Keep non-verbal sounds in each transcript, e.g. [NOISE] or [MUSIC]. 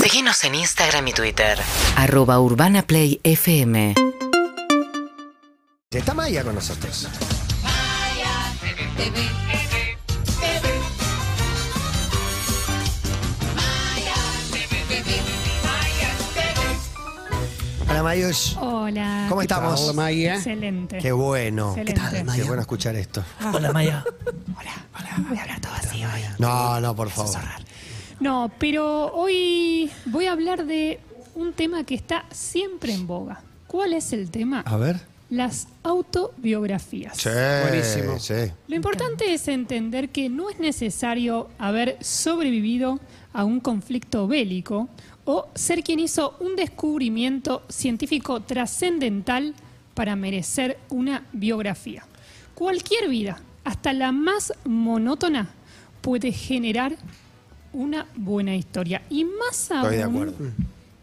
Seguinos en Instagram y Twitter. Arroba Urbana Play FM. Está Maya con nosotros. Hola Mayush, Hola. ¿cómo estamos? Hola, Maya. Excelente. Qué bueno. ¿Qué tal, Qué bueno escuchar esto. Hola [LAUGHS] Maya. Voy a hablar todo así hoy. No, no, por favor. No, pero hoy voy a hablar de un tema que está siempre en boga. ¿Cuál es el tema? A ver. Las autobiografías. Sí, Buenísimo. Sí. Lo importante es entender que no es necesario haber sobrevivido a un conflicto bélico o ser quien hizo un descubrimiento científico trascendental para merecer una biografía. Cualquier vida, hasta la más monótona, puede generar una buena historia. Y más aún, Estoy de acuerdo.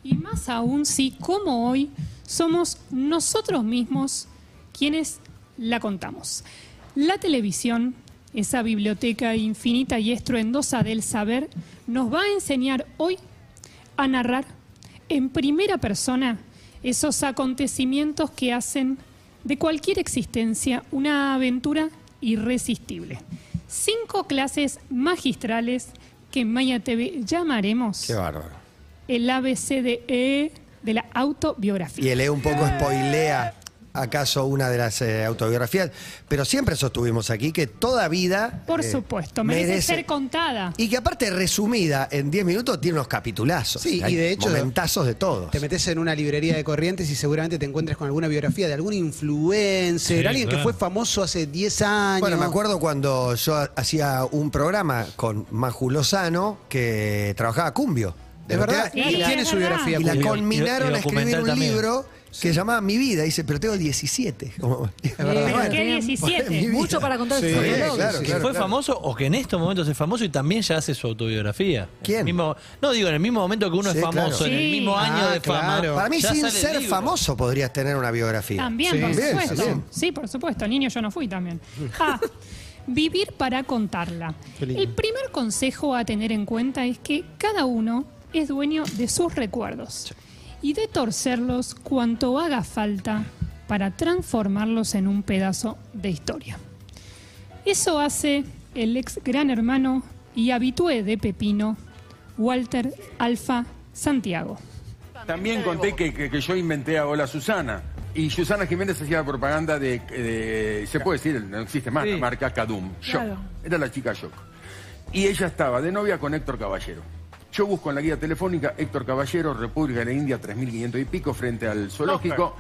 y más aún si, como hoy, somos nosotros mismos quienes la contamos. La televisión, esa biblioteca infinita y estruendosa del saber, nos va a enseñar hoy a narrar en primera persona esos acontecimientos que hacen de cualquier existencia una aventura irresistible. Cinco clases magistrales que en Maya TV llamaremos Qué bárbaro. el ABCDE de la autobiografía. Y el E un poco spoilea acaso una de las eh, autobiografías, pero siempre sostuvimos aquí que toda vida... Por eh, supuesto, merece, ser contada. Y que aparte resumida en 10 minutos tiene unos capitulazos. Sí, y Hay de hecho- Momentazos de todos. Te metes en una librería de corrientes y seguramente te encuentres con alguna biografía de algún influencer, Sí, alguien que claro. fue famoso hace 10 años. Bueno, me acuerdo cuando yo ha- hacía un programa con Maju Lozano que trabajaba Cumbio. Es verdad, Y, Sí, y es tiene su verdad. biografía. y la Y- y- Julio. culminaron y a escribir documental un también. libro que llamaba Mi Vida. Y dice, pero tengo 17. [LAUGHS] Como- verdad. Pero Bueno, qué Bueno, 17. [LAUGHS] mi vida. Mucho para contar. Sí, sobre claro, todo. claro, sí. Que claro. fue famoso o que en estos momentos es famoso y también ya hace su autobiografía. ¿Quién? El mismo- no, digo, en el mismo momento que uno Sí, es famoso, claro. en Sí. el mismo año Ah, de fama. claro. Para mí, ya sin sale el ser libro. famoso, podrías tener una biografía. También, Sí, por bien, supuesto. también. Sí, por supuesto. Niño, yo no fui [LAUGHS] también. Ja. Vivir para contarla. Qué lindo. El primer consejo a tener en cuenta es que cada uno es dueño de sus recuerdos y de torcerlos cuanto haga falta para transformarlos en un pedazo de historia. Eso hace el ex gran hermano y habitué de Pepino, Walter Alfa Santiago. También conté que, que- que yo inventé a Hola Susana. Y Susana Jiménez hacía propaganda de, de- se puede decir, no existe más, la marca Cadum, Shock. Claro. Era la chica Shock. Y ella estaba de novia con Héctor Caballero. Yo busco en la guía telefónica Héctor Caballero, República de la India, 3.500 y pico, frente al zoológico.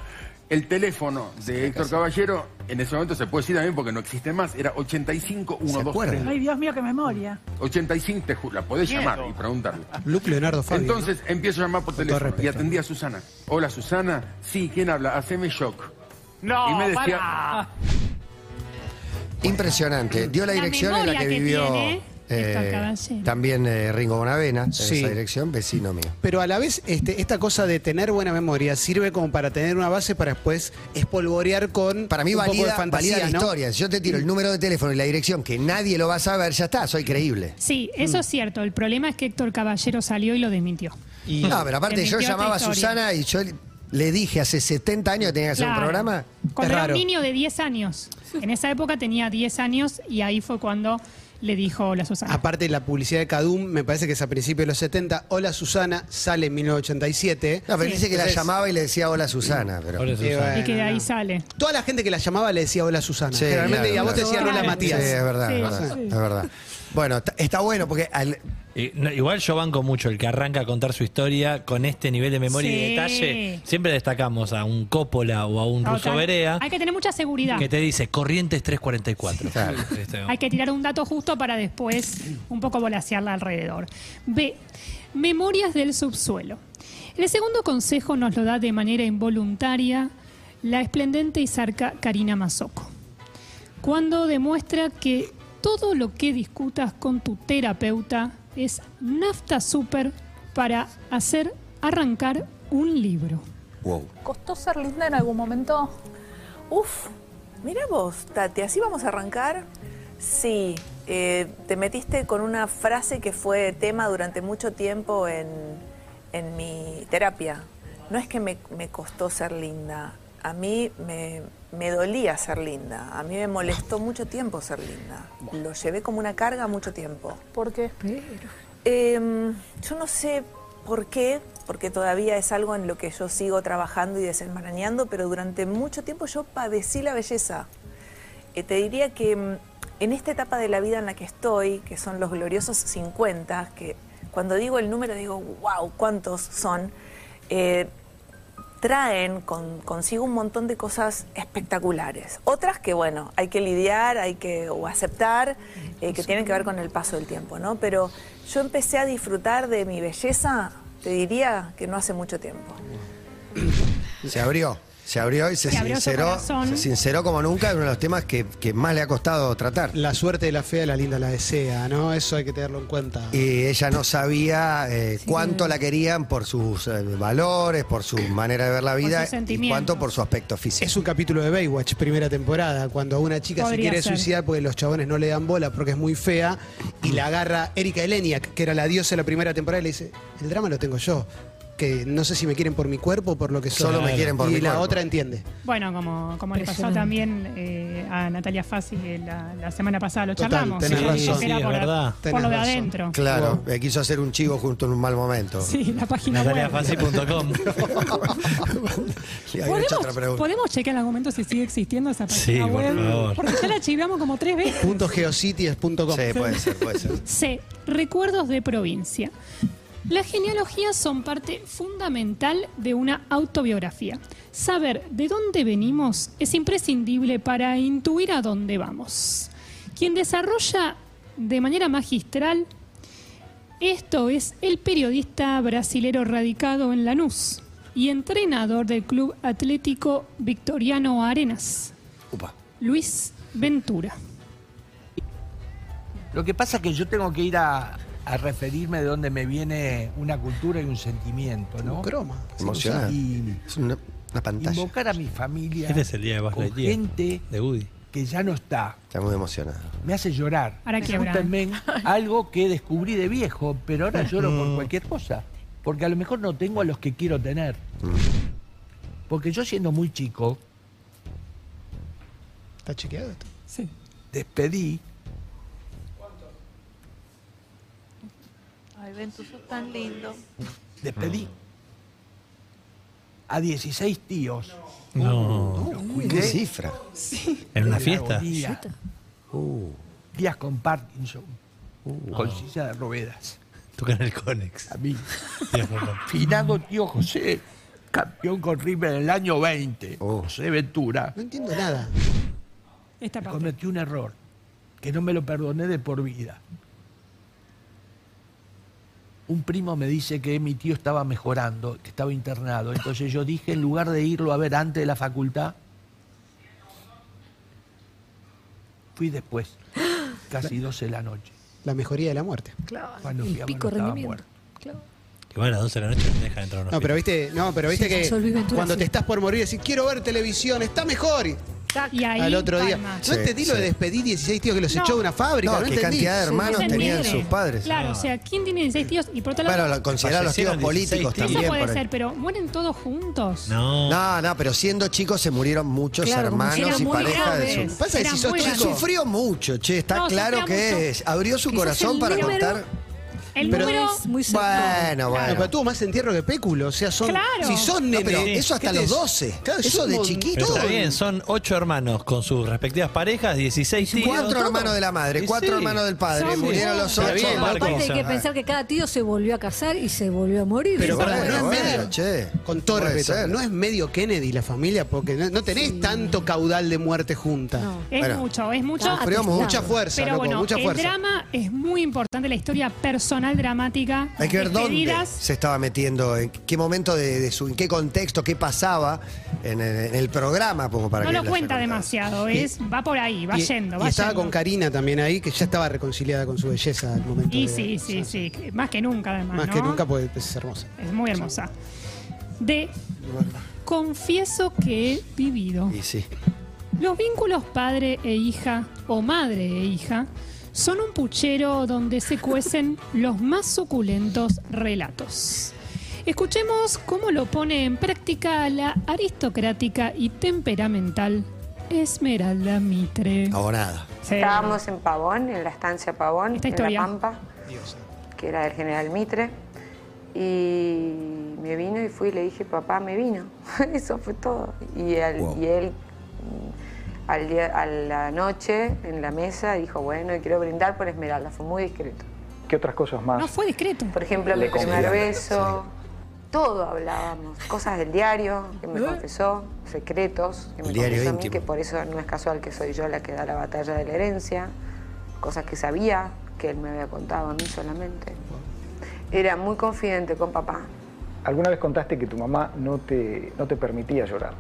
El teléfono de Héctor Caballero, en ese momento se puede decir también porque no existe más, era 85 123. Ay, Dios mío, qué memoria. 85, te ju- la podés llamar y preguntarle. Luke Leonardo Fabio. Entonces empiezo a llamar por Con teléfono todo y respeto. atendí a Susana. Hola Susana, sí, ¿quién habla? Haceme shock. No, y me decía, Ah. Impresionante. Dio la La dirección en la memoria que que vivió tiene Héctor Caballero. también eh, Ringo Bonavena, en Sí. esa dirección, vecino mío. Pero a la vez, este, esta cosa de tener buena memoria sirve como para tener una base para después espolvorear con Para mí un poco de valida, fantasía, valida la ¿no? historia. Si yo te tiro el número de teléfono y la dirección, que nadie lo va a saber, ya está, soy creíble. Sí, Mm. eso es cierto. El problema es que Héctor Caballero salió y lo desmintió. Y- No, pero aparte Te yo mintió llamaba a esta Susana y yo le dije hace 70 años que tenía que hacer un Claro. programa. Cuando Es era un raro. niño de 10 años. En esa época tenía 10 años y ahí fue cuando le dijo la Susana. Aparte, la publicidad de Cadum, me parece que es a principios de los 70. Hola Susana, sale en 1987. No, pero dice que la Entonces- llamaba y le decía hola Susana, pero. Ahora es Eh, Susana. y que de ahí no. sale. Toda la gente que la llamaba le decía hola Susana. Sí, Generalmente, claro, y a vos claro. te decían hola Claro. Matías. Sí, es verdad, Sí, es verdad, sí. es verdad. Bueno, ta- está bueno porque al- Y, no, igual yo banco mucho el que arranca a contar su historia con este nivel de memoria y Sí. de detalle. Siempre destacamos a un Coppola o a un Total. Russo Berea Hay que tener mucha seguridad. que te dice Corrientes 344. Claro. Este, Hay que tirar un dato justo para después un poco volasearla alrededor. B. Memorias del subsuelo. El segundo consejo nos lo da de manera involuntaria la esplendente y zarca Karina Mazoco. Cuando demuestra que todo lo que discutas con tu terapeuta es nafta super para hacer arrancar un libro. wow. ¿Costó ser linda en algún momento? Uf, mira vos, Tati, así vamos a arrancar. Sí, eh, te metiste con una frase que fue tema durante mucho tiempo en, en mi terapia. No es que me, me costó ser linda, a mí me, me dolía ser linda, a mí me molestó mucho tiempo ser linda. Lo llevé como una carga mucho tiempo. ¿Por qué? Em, yo no sé por qué, porque todavía es algo en lo que yo sigo trabajando y desenmarañando, pero durante mucho tiempo yo padecí la belleza. Eh, te diría que mm, en esta etapa de la vida en la que estoy, que son los gloriosos 50, que cuando digo el número digo, wow, ¿cuántos son? Eh, traen con- consigo un montón de cosas espectaculares. Otras que, bueno, hay que lidiar, hay que o aceptar, eh, que tienen que ver con el paso del tiempo, ¿no? Pero yo empecé a disfrutar de mi belleza, te diría que no hace mucho tiempo. Se abrió. Se abrió y se, Se abrió su sinceró, corazón. se sinceró como nunca, es uno de los temas que, que más le ha costado tratar. La suerte de la fea, la linda la desea, ¿no? Eso hay que tenerlo en cuenta. Y ella no sabía eh, cuánto la querían por sus eh, valores, por su manera de ver la sus vida y sentimientos. cuánto por su aspecto físico. Es un capítulo de Baywatch, primera temporada, cuando a una chica se Podría quiere ser. suicidar porque los chabones no le dan bola porque es muy fea y la agarra Erika Eleniak, que era la diosa de la primera temporada, y le dice, el drama lo tengo yo, que no sé si me quieren por mi cuerpo o por lo que soy. Solo me quieren por y mi la cuerpo. otra entiende. Bueno, como, como le pasó Impresionante. también eh, a Natalia Fassi que la, la semana pasada, lo Total, charlamos. tenés que razón. era Sí, es por, verdad. por Tenés lo de razón. adentro. Claro, eh, quiso hacer un chivo junto en un mal momento. [LAUGHS] Sí, la página web. NataliaFassi.com. Y ahí he hecho otra ¿Podemos, pregunta. podemos checar en algún momento si sigue existiendo esa página Sí, por web? favor. Porque ya la chiveamos como tres veces. Puntogeocities.com. Sí, puede ser, puede ser. C. Recuerdos de provincia. Las genealogías son parte fundamental de una autobiografía. Saber de dónde venimos es imprescindible para intuir a dónde vamos. Quien desarrolla de manera magistral esto es el periodista brasilero radicado en Lanús y entrenador del Club Atlético Victoriano Arenas, Upa. Luis Ventura. Lo que pasa es que yo tengo que ir a, a referirme de dónde me viene una cultura y un sentimiento, ¿no? Un croma. Emocionante. Y Es una, una pantalla. invocar a mi familia Este es el día de Buzz con Lightyear. gente De Woody. que ya no está. Está muy emocionada. Me hace llorar. Ahora Es quiebra. también algo que descubrí de viejo, pero ahora lloro Mm. por cualquier cosa. Porque a lo mejor no tengo a los que quiero tener. Porque yo siendo muy chico, ¿Está chequeado esto? Sí. despedí Ay, ven, tú sos tan lindo. despedí a 16 tíos. No. ¿Qué cifra? ¿En una Largo fiesta? día. Uh. Días con Parkinson. Uh. con silla de ruedas. Tocan [LAUGHS] el Conex. A mí. Dios, por favor. Finado tío José, campeón con River en el año 20. Oh. José Ventura. No entiendo nada. Esta parte. Cometí un error que no me lo perdoné de por vida. Un primo me dice que mi tío estaba mejorando, que estaba internado. Entonces yo dije, en lugar de irlo a ver antes de la facultad, fui después, casi 12 de la noche. La mejoría de la muerte. Claro, Cuando fui el a ver, pico no estaba rendimiento. muerto. Claro. Que van a las 12 de la noche y te dejan entrar a una No, pero viste, no, pero viste Sí, sí, yo olvidé que Ventura, cuando sí. te estás por morir decís, quiero ver televisión, está mejor. Y Y ahí al otro día. palma. No entendí Sí, lo de sí. despedir 16 tíos que los No. echó de una fábrica. No, No, qué entendí. cantidad de hermanos Dicen tenían miles. sus padres. Claro, o sea, ¿quién tiene 16 tíos? Y por otro lado, Bueno, considerar los tíos Fallecieron 16 políticos tíos. eso también. puede por ahí. ser, pero ¿mueren todos juntos? No. No, no, pero siendo chicos se murieron muchos Claro, como si hermanos eran y muy parejas de grandes. su. Pasa que Eran si sos muy chico- grandes. Sufrió mucho, che, está No, claro sufrió que mucho. es. Abrió su Quizás corazón el para número- contar. El Pero número... es muy cercano. Bueno, Bueno, bueno. pero tuvo más entierro que péculo. O sea, son. Claro. Si son No, nene, pero eso hasta ¿qué te- los 12. Claro, Eso son de mon- chiquito. Pero está todo. bien, son ocho hermanos con sus respectivas parejas, 16 tíos. Cuatro hermanos de la madre, Y cuatro sí. hermanos del padre. Son Murieron los muchos. ocho. Está bien, hermanos. Marco. Aparte hay que Cosa. pensar que cada tío se volvió a casar y se volvió a morir. Pero Eso pará, es no es bueno, medio. che. Con todo Puede respeto, ser. no es medio Kennedy la familia, porque no, no tenés tanto caudal de muerte junta. No. Es Bueno. mucho, es mucho. Ah, Pero Atestado. mucha fuerza, Pero loco, bueno, mucha el fuerza. drama es muy importante, la historia personal dramática. Hay que ver dónde despedidas. se estaba metiendo, en qué momento de, de su, en qué contexto, qué pasaba en el, en el programa, como para No que lo le haya cuenta contado. demasiado, es va por ahí, va Y, yendo, y va estaba yendo. con Karina también ahí, que ya estaba reconciliada con su belleza al momento. Y de- sí, sí, sí, que- más que nunca además, Más ¿no? que nunca, pues es hermosa. Es muy hermosa. De Confieso que he vivido. Y sí. Los vínculos padre e hija o madre e hija son [LAUGHS] un puchero donde se cuecen los más suculentos relatos. Escuchemos cómo lo pone en práctica la aristocrática y temperamental Esmeralda Mitre. Abonada. Sí. Estábamos en Pavón, en la estancia Pavón, Esta en historia. La Pampa, que era del general Mitre. Y me vino y fui y le dije, papá, me vino. [LAUGHS] Eso fue todo. Y él, y él mm, al día, a la noche, en la mesa, dijo, bueno, quiero brindar por Esmeralda. Fue muy discreto. ¿Qué otras cosas más? No fue discreto. Por ejemplo, Le mi primer confía. beso. Todo hablábamos, cosas del diario que ¿Eh? me confesó, secretos que me El diario confesó a mí, íntimo. que por eso no es casual que soy yo la que da la batalla de la herencia, cosas que sabía que él me había contado a mí solamente. Era muy confidente con papá. Alguna vez contaste que tu mamá no te, no te permitía llorar.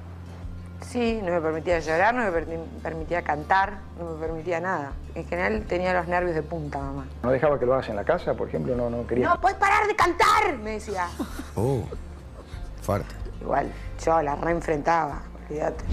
Sí, no me permitía llorar, no me permi- permitía cantar, no me permitía nada. En general tenía los nervios de punta, mamá. ¿No dejaba que lo hagas en la casa, por ejemplo? No, no quería. No, puedes parar de cantar, me decía. Oh, fuerte. Igual, yo la reenfrentaba, olvídate.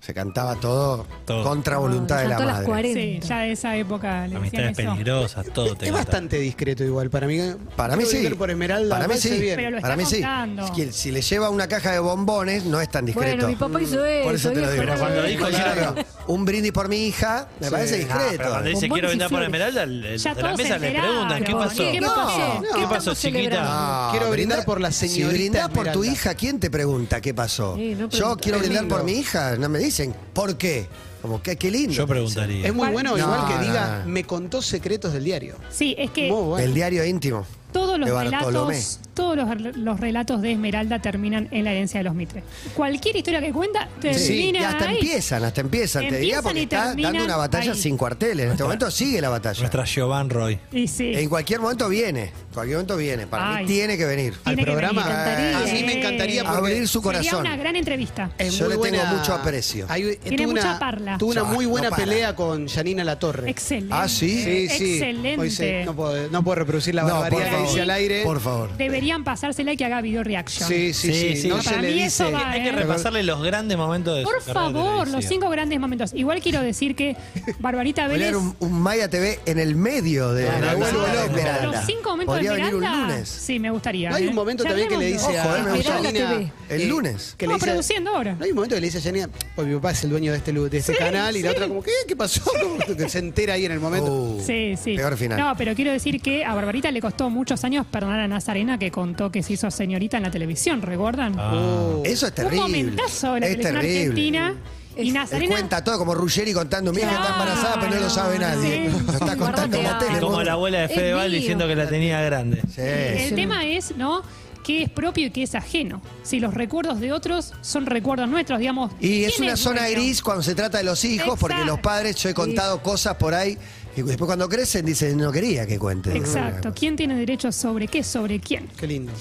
Se cantaba todo, contra Ah, voluntad de la madre. Sí, ya de esa época le decían Amistades eso. peligrosas, todo te Es mata. bastante discreto igual, para mí. Para mí Creo que sí. ir por Esmeralda Para mí parece sí. bien. Pero lo Para está mí sí. contando. Si, si le lleva una caja de bombones, no es tan discreto. Bueno, mi papá hizo Por eso, eso te lo viejo, digo. Pero cuando dijo, Claro, Un brindis por mi hija, me Sí. parece Ah, pero discreto. cuando dice Bombones quiero y vender por flores. Esmeralda, el- el- Ya de la todos se mesa le enteraron. preguntan, ¿qué ¿Por pasó? qué? ¿Qué ¿Qué pasó? ¿Qué pasó, estamos celebrando? chiquita? No, Quiero brindar por la señorita Ah, Si brindás por tu Esmeralda. hija, ¿quién te pregunta qué pasó? Sí, no Yo pregunta. quiero Es brindar lindo. por mi hija, no me dicen. ¿Por qué? Como que qué lindo. Yo preguntaría. Es muy bueno No, igual que no, diga, no. me contó secretos del diario. Sí, es que Muy bueno. El diario íntimo. todos los de Bartolomé. relatos, todos los, los relatos de Esmeralda terminan en la herencia de los Mitre. Cualquier historia que cuenta termina Sí, y hasta ahí. empiezan, hasta empiezan, te diría, Empiezan porque y está terminan dando una batalla ahí. sin cuarteles. En este momento sigue la batalla. Nuestra Giovanni Roy. Y sí. En cualquier momento viene. En cualquier momento viene. Para Ay. mí tiene que venir. Al Tiene que programa. venir. A mí me Sí. encantaría porque Abrir su Sería corazón. una gran entrevista. es Yo muy le tengo buena- mucho aprecio. Hay- eh, Tiene tuve mucha una- parla. Tuve una No, muy buena no para. pelea con Janina La Torre. Excelente. Ah, sí. Sí, sí. Excelente. Hoy sí, no, puedo, no puedo reproducir la barbaridad que dice al aire. Por favor. Deberían pasársela y que haga video reaction. Sí, sí, sí. Sí, sí. No Para se le mí eso dice. va, Hay que eh. repasarle los grandes momentos de su Por carrera favor, los televisiva. cinco grandes momentos. Igual quiero decir que Barbarita Podría Vélez. haber un, un Maya TV en el medio de Me la vuelvo de loco. Esmeralda. Los cinco momentos Podría de venir un Esmeralda. lunes. Sí, me gustaría. No hay ¿eh? un momento también que le dice Charlémoslo. Ojo, eh, a me gustó. Janina. El eh, lunes. que le No, dice a- produciendo ahora. No hay un momento que le dice a Janina, pues mi papá es el dueño de este, lu- de este Sí, canal y la sí. otra como, ¿qué? ¿Qué pasó? Como que [LAUGHS] se entera ahí en el momento. Uh, Sí, sí. Peor final. No, pero quiero decir que a Barbarita le costó muchos años perdonar a Nazarena que contó que se hizo señorita en la televisión, ¿recuerdan? Uh. Eso Un es Ah. terrible. momentazo en la es televisión terrible. argentina. Y Es- Él Nazarena. cuenta todo como Ruggeri contando, mi hija está embarazada, pero no lo sabe Claro. nadie. Sí. Lo está contando en Guardate la Ah, tele. algo. Como la abuela de Es Fedeval mío. diciendo que la tenía grande. El Sí. tema es, ¿no? ¿Qué es propio y qué es ajeno? Si los recuerdos de otros son recuerdos nuestros, digamos. Y es ¿quién una zona dueño? gris cuando se trata de los hijos, porque Exacto. los padres, yo he contado cosas por ahí, y después cuando crecen dicen, no quería que cuente. Exacto. ¿Quién tiene derecho sobre qué? ¿Sobre quién? Qué lindo.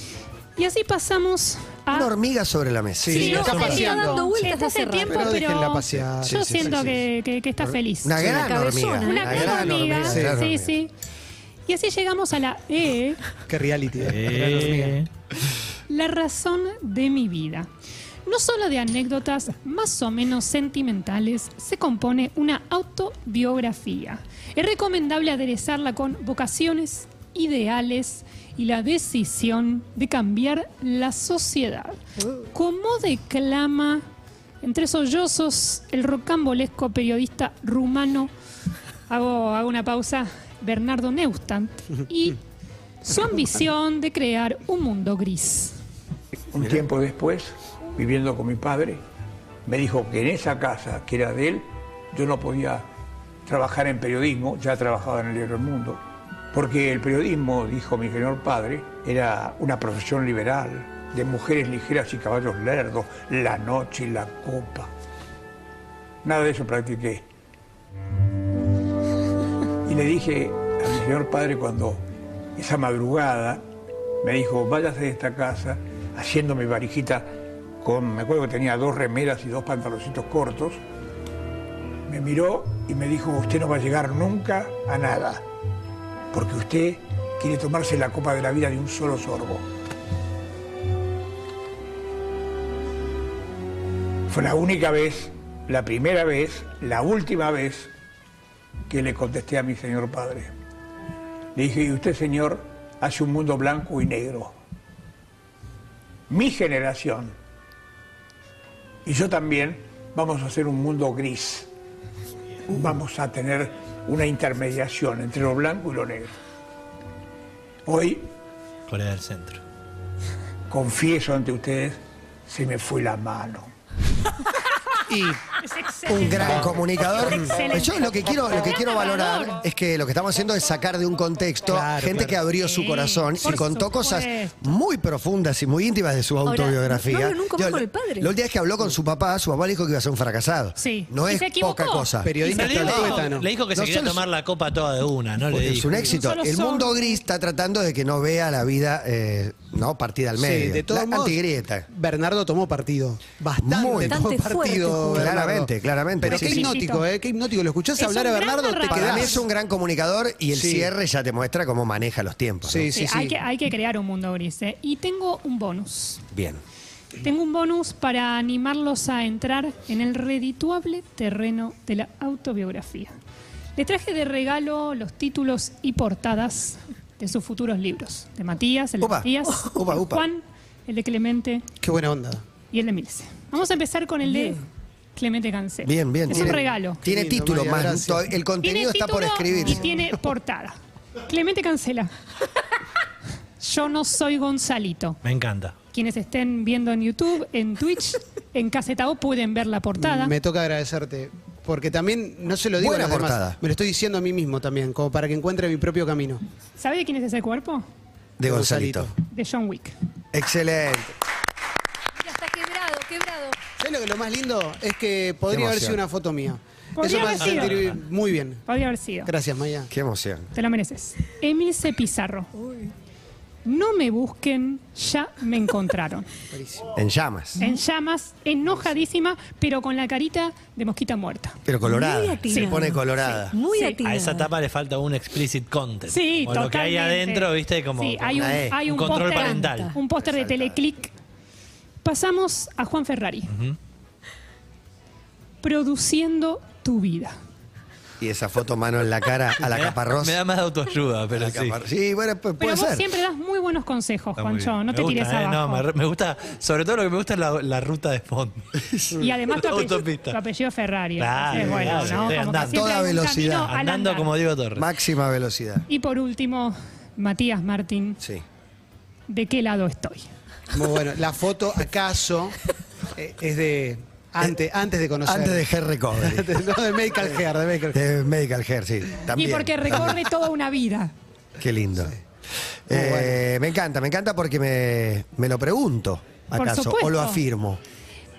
Y así pasamos a. Una hormiga sobre la mesa. Sí, no, está está paseando. dando vueltas Está hace cerrando. tiempo, Pero pero, déjenla pasear. yo Sí, sí, siento sí, sí. Que, que- que está feliz. Una Sí. gran cabezona, hormiga. ¿eh? Una gran hormiga. una Sí, gran sí, hormiga. Y así llegamos a la E, Qué reality. eh. Gran hormiga. Eh, la razón de mi vida. No solo de anécdotas más o menos sentimentales se compone una autobiografía. Es recomendable aderezarla con vocaciones, ideales y la decisión de cambiar la sociedad. Como declama entre sollozos el rocambolesco periodista rumano, hago, hago una pausa, Bernardo Neustadt, y su ambición de crear un mundo gris. Un tiempo después, viviendo con mi padre, me dijo que en esa casa, que era de él, yo no podía trabajar en periodismo, ya trabajaba en el libro El Mundo, porque el periodismo, dijo mi señor padre, era una profesión liberal, de mujeres ligeras y caballos lerdos, la noche y la copa. Nada de eso practiqué. Y le dije a mi señor padre cuando esa madrugada me dijo, váyase de esta casa haciendo mi varijita con, me acuerdo que tenía dos remeras y dos pantaloncitos cortos, me miró y me dijo, usted no va a llegar nunca a nada, porque usted quiere tomarse la copa de la vida de un solo sorbo. Fue la única vez, la primera vez, la última vez que le contesté a mi señor padre. Le dije, y usted señor hace un mundo blanco y negro. mi generación y yo también vamos a hacer un mundo gris. Vamos a tener una intermediación entre lo blanco y lo negro. Hoy Corea del Centro. confieso ante ustedes, se me fue la mano. Y un gran comunicador. Yo lo que quiero, lo que quiero valorar es que lo que estamos haciendo es sacar de un contexto Claro, gente claro. que abrió su Sí, corazón y por contó cosas supuesto. muy profundas y muy íntimas de su Ahora, autobiografía. no hablo nunca más Digo, con el padre. La última vez que habló con su papá, su papá le dijo que iba a ser un fracasado. Sí. No Y es se equivocó. poca cosa. Periodista le, dijo, le dijo que se No quería solo tomar la copa toda de una, ¿no? Le Porque es dijo. un éxito. Solo El son- mundo gris está tratando de que no vea la vida eh, no partida al Sí, medio. de todos la modos, antigrieta. Bernardo tomó partido. Bastante Muy tomó fuerte, partido. Julio. Bernardo. Claramente, claramente, Pero sí, qué sí. hipnótico, ¿eh? Qué hipnótico. Lo escuchás Es hablar a un gran Bernardo, te Para mí quedás. es un gran comunicador y el Sí. cierre ya te muestra cómo maneja los tiempos. ¿no? Sí, Hay, que, hay que crear un mundo gris. ¿eh? Y tengo un bonus. Bien. Tengo un bonus para animarlos a entrar en el redituable terreno de la autobiografía. Les traje de regalo los títulos y portadas de sus futuros libros. De Matías, el de Upa, [LAUGHS] Matías, upa, el de upa. Juan, el de Clemente Qué buena onda. y el de Milce. Vamos a empezar con el de Clemente Cancel. Bien, bien. Es Tiene- un regalo. Tiene Qué lindo, título María, más. gracias. to- El contenido Tiene está por título escribir. Y tiene portada. Clemente [LAUGHS] Cancela. Yo no soy Gonzalito. Me encanta. Quienes estén viendo en YouTube, en Twitch, en Casetao pueden ver la portada. Me toca agradecerte. Porque también, no se lo digo Buena a los demás, portada. me lo estoy diciendo a mí mismo también, como para que encuentre mi propio camino. ¿Sabe de quién es ese cuerpo? De Gonzalito. De John Wick. Excelente. Ya está quebrado, quebrado. ¿Sabes lo que lo más lindo? Es que podría haber emoción. sido una foto mía. Podría Eso me haber hace sido. sentir muy bien. Podría haber sido. Gracias, Maya. Qué emoción. Te lo mereces. Emilce Pizarro. No me busquen, ya me encontraron. En llamas. En llamas, enojadísima, pero con la carita de mosquita muerta. Pero colorada. Muy Se atinado. pone colorada. Muy A esa tapa le falta un explicit content. Sí, Como lo que hay totalmente. adentro, ¿viste? Como Sí, hay un, como una E, hay un control póster- parental. Un póster de Teleclick. Pasamos a Juan Ferrari. Produciendo tu vida. Y esa foto mano en la cara a la Me da- caparrosa. ¿Eh? Me da más autoayuda, pero sí. Sí, bueno, pu- Pero puede vos ser. siempre das muy buenos consejos, Está muy Juancho. bien. No Me te gusta, tires eh, No, abajo. me, re- me gusta, sobre todo lo que me gusta es la, la ruta de fondo. [LAUGHS] Y además tu La apellido, autopista. tu apellido es Ferrari. Claro, entonces, bueno, claro, ¿no? Como sí, que andando. siempre Toda hay un velocidad. camino al Andando andar. como Diego Torres. Máxima velocidad. Y por último, Matías Martín, Sí. ¿de qué lado estoy? Muy bueno. La foto, acaso, eh, es de antes, antes de conocer. Antes de [LAUGHS] Hair Recovery. no, de Medical Hair, de Medical Hair. De Medical Hair, sí. También. y porque recorre toda una [LAUGHS] vida. Qué lindo. Eh, Me encanta, me encanta porque me, me lo pregunto, Por acaso, o supuesto. lo afirmo.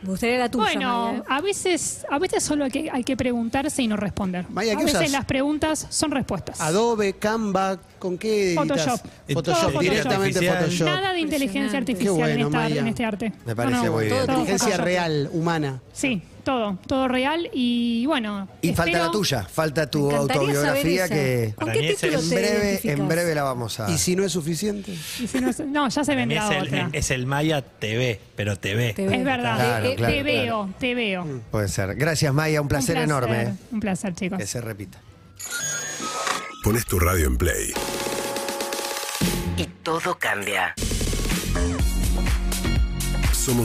Me gustaría la tuya, ¿eh? Bueno, Maya. a veces, a veces solo hay que, hay que preguntarse y no responder. Maya, a ¿qué veces usás? las preguntas son respuestas. Adobe, Canva, ¿con qué editas? Photoshop. Photoshop, Todo directamente Photoshop. Photoshop. Nada de inteligencia artificial Qué en, bueno, esta- Maya. en este arte. Me parece muy bien. todo Inteligencia Photoshop. real, humana. Sí, todo, todo real y bueno. Y falta la espero- tuya, falta tu Me encantaría saber autobiografía esa. que ¿Con Para qué mí es el- título en te breve, en identificás? breve la vamos a. Y si no es suficiente. y si no, es- no, ya se Para mí vendrá es el, otra. [LAUGHS] es el Maya TV, pero TV. Te Es veo. verdad. Claro, te, claro, te claro. veo, te veo. Un Puede ser. Gracias, Maya, un placer, enorme. eh, Un placer, chicos. Que se repita. Pones tu radio en play. Y todo cambia. Somos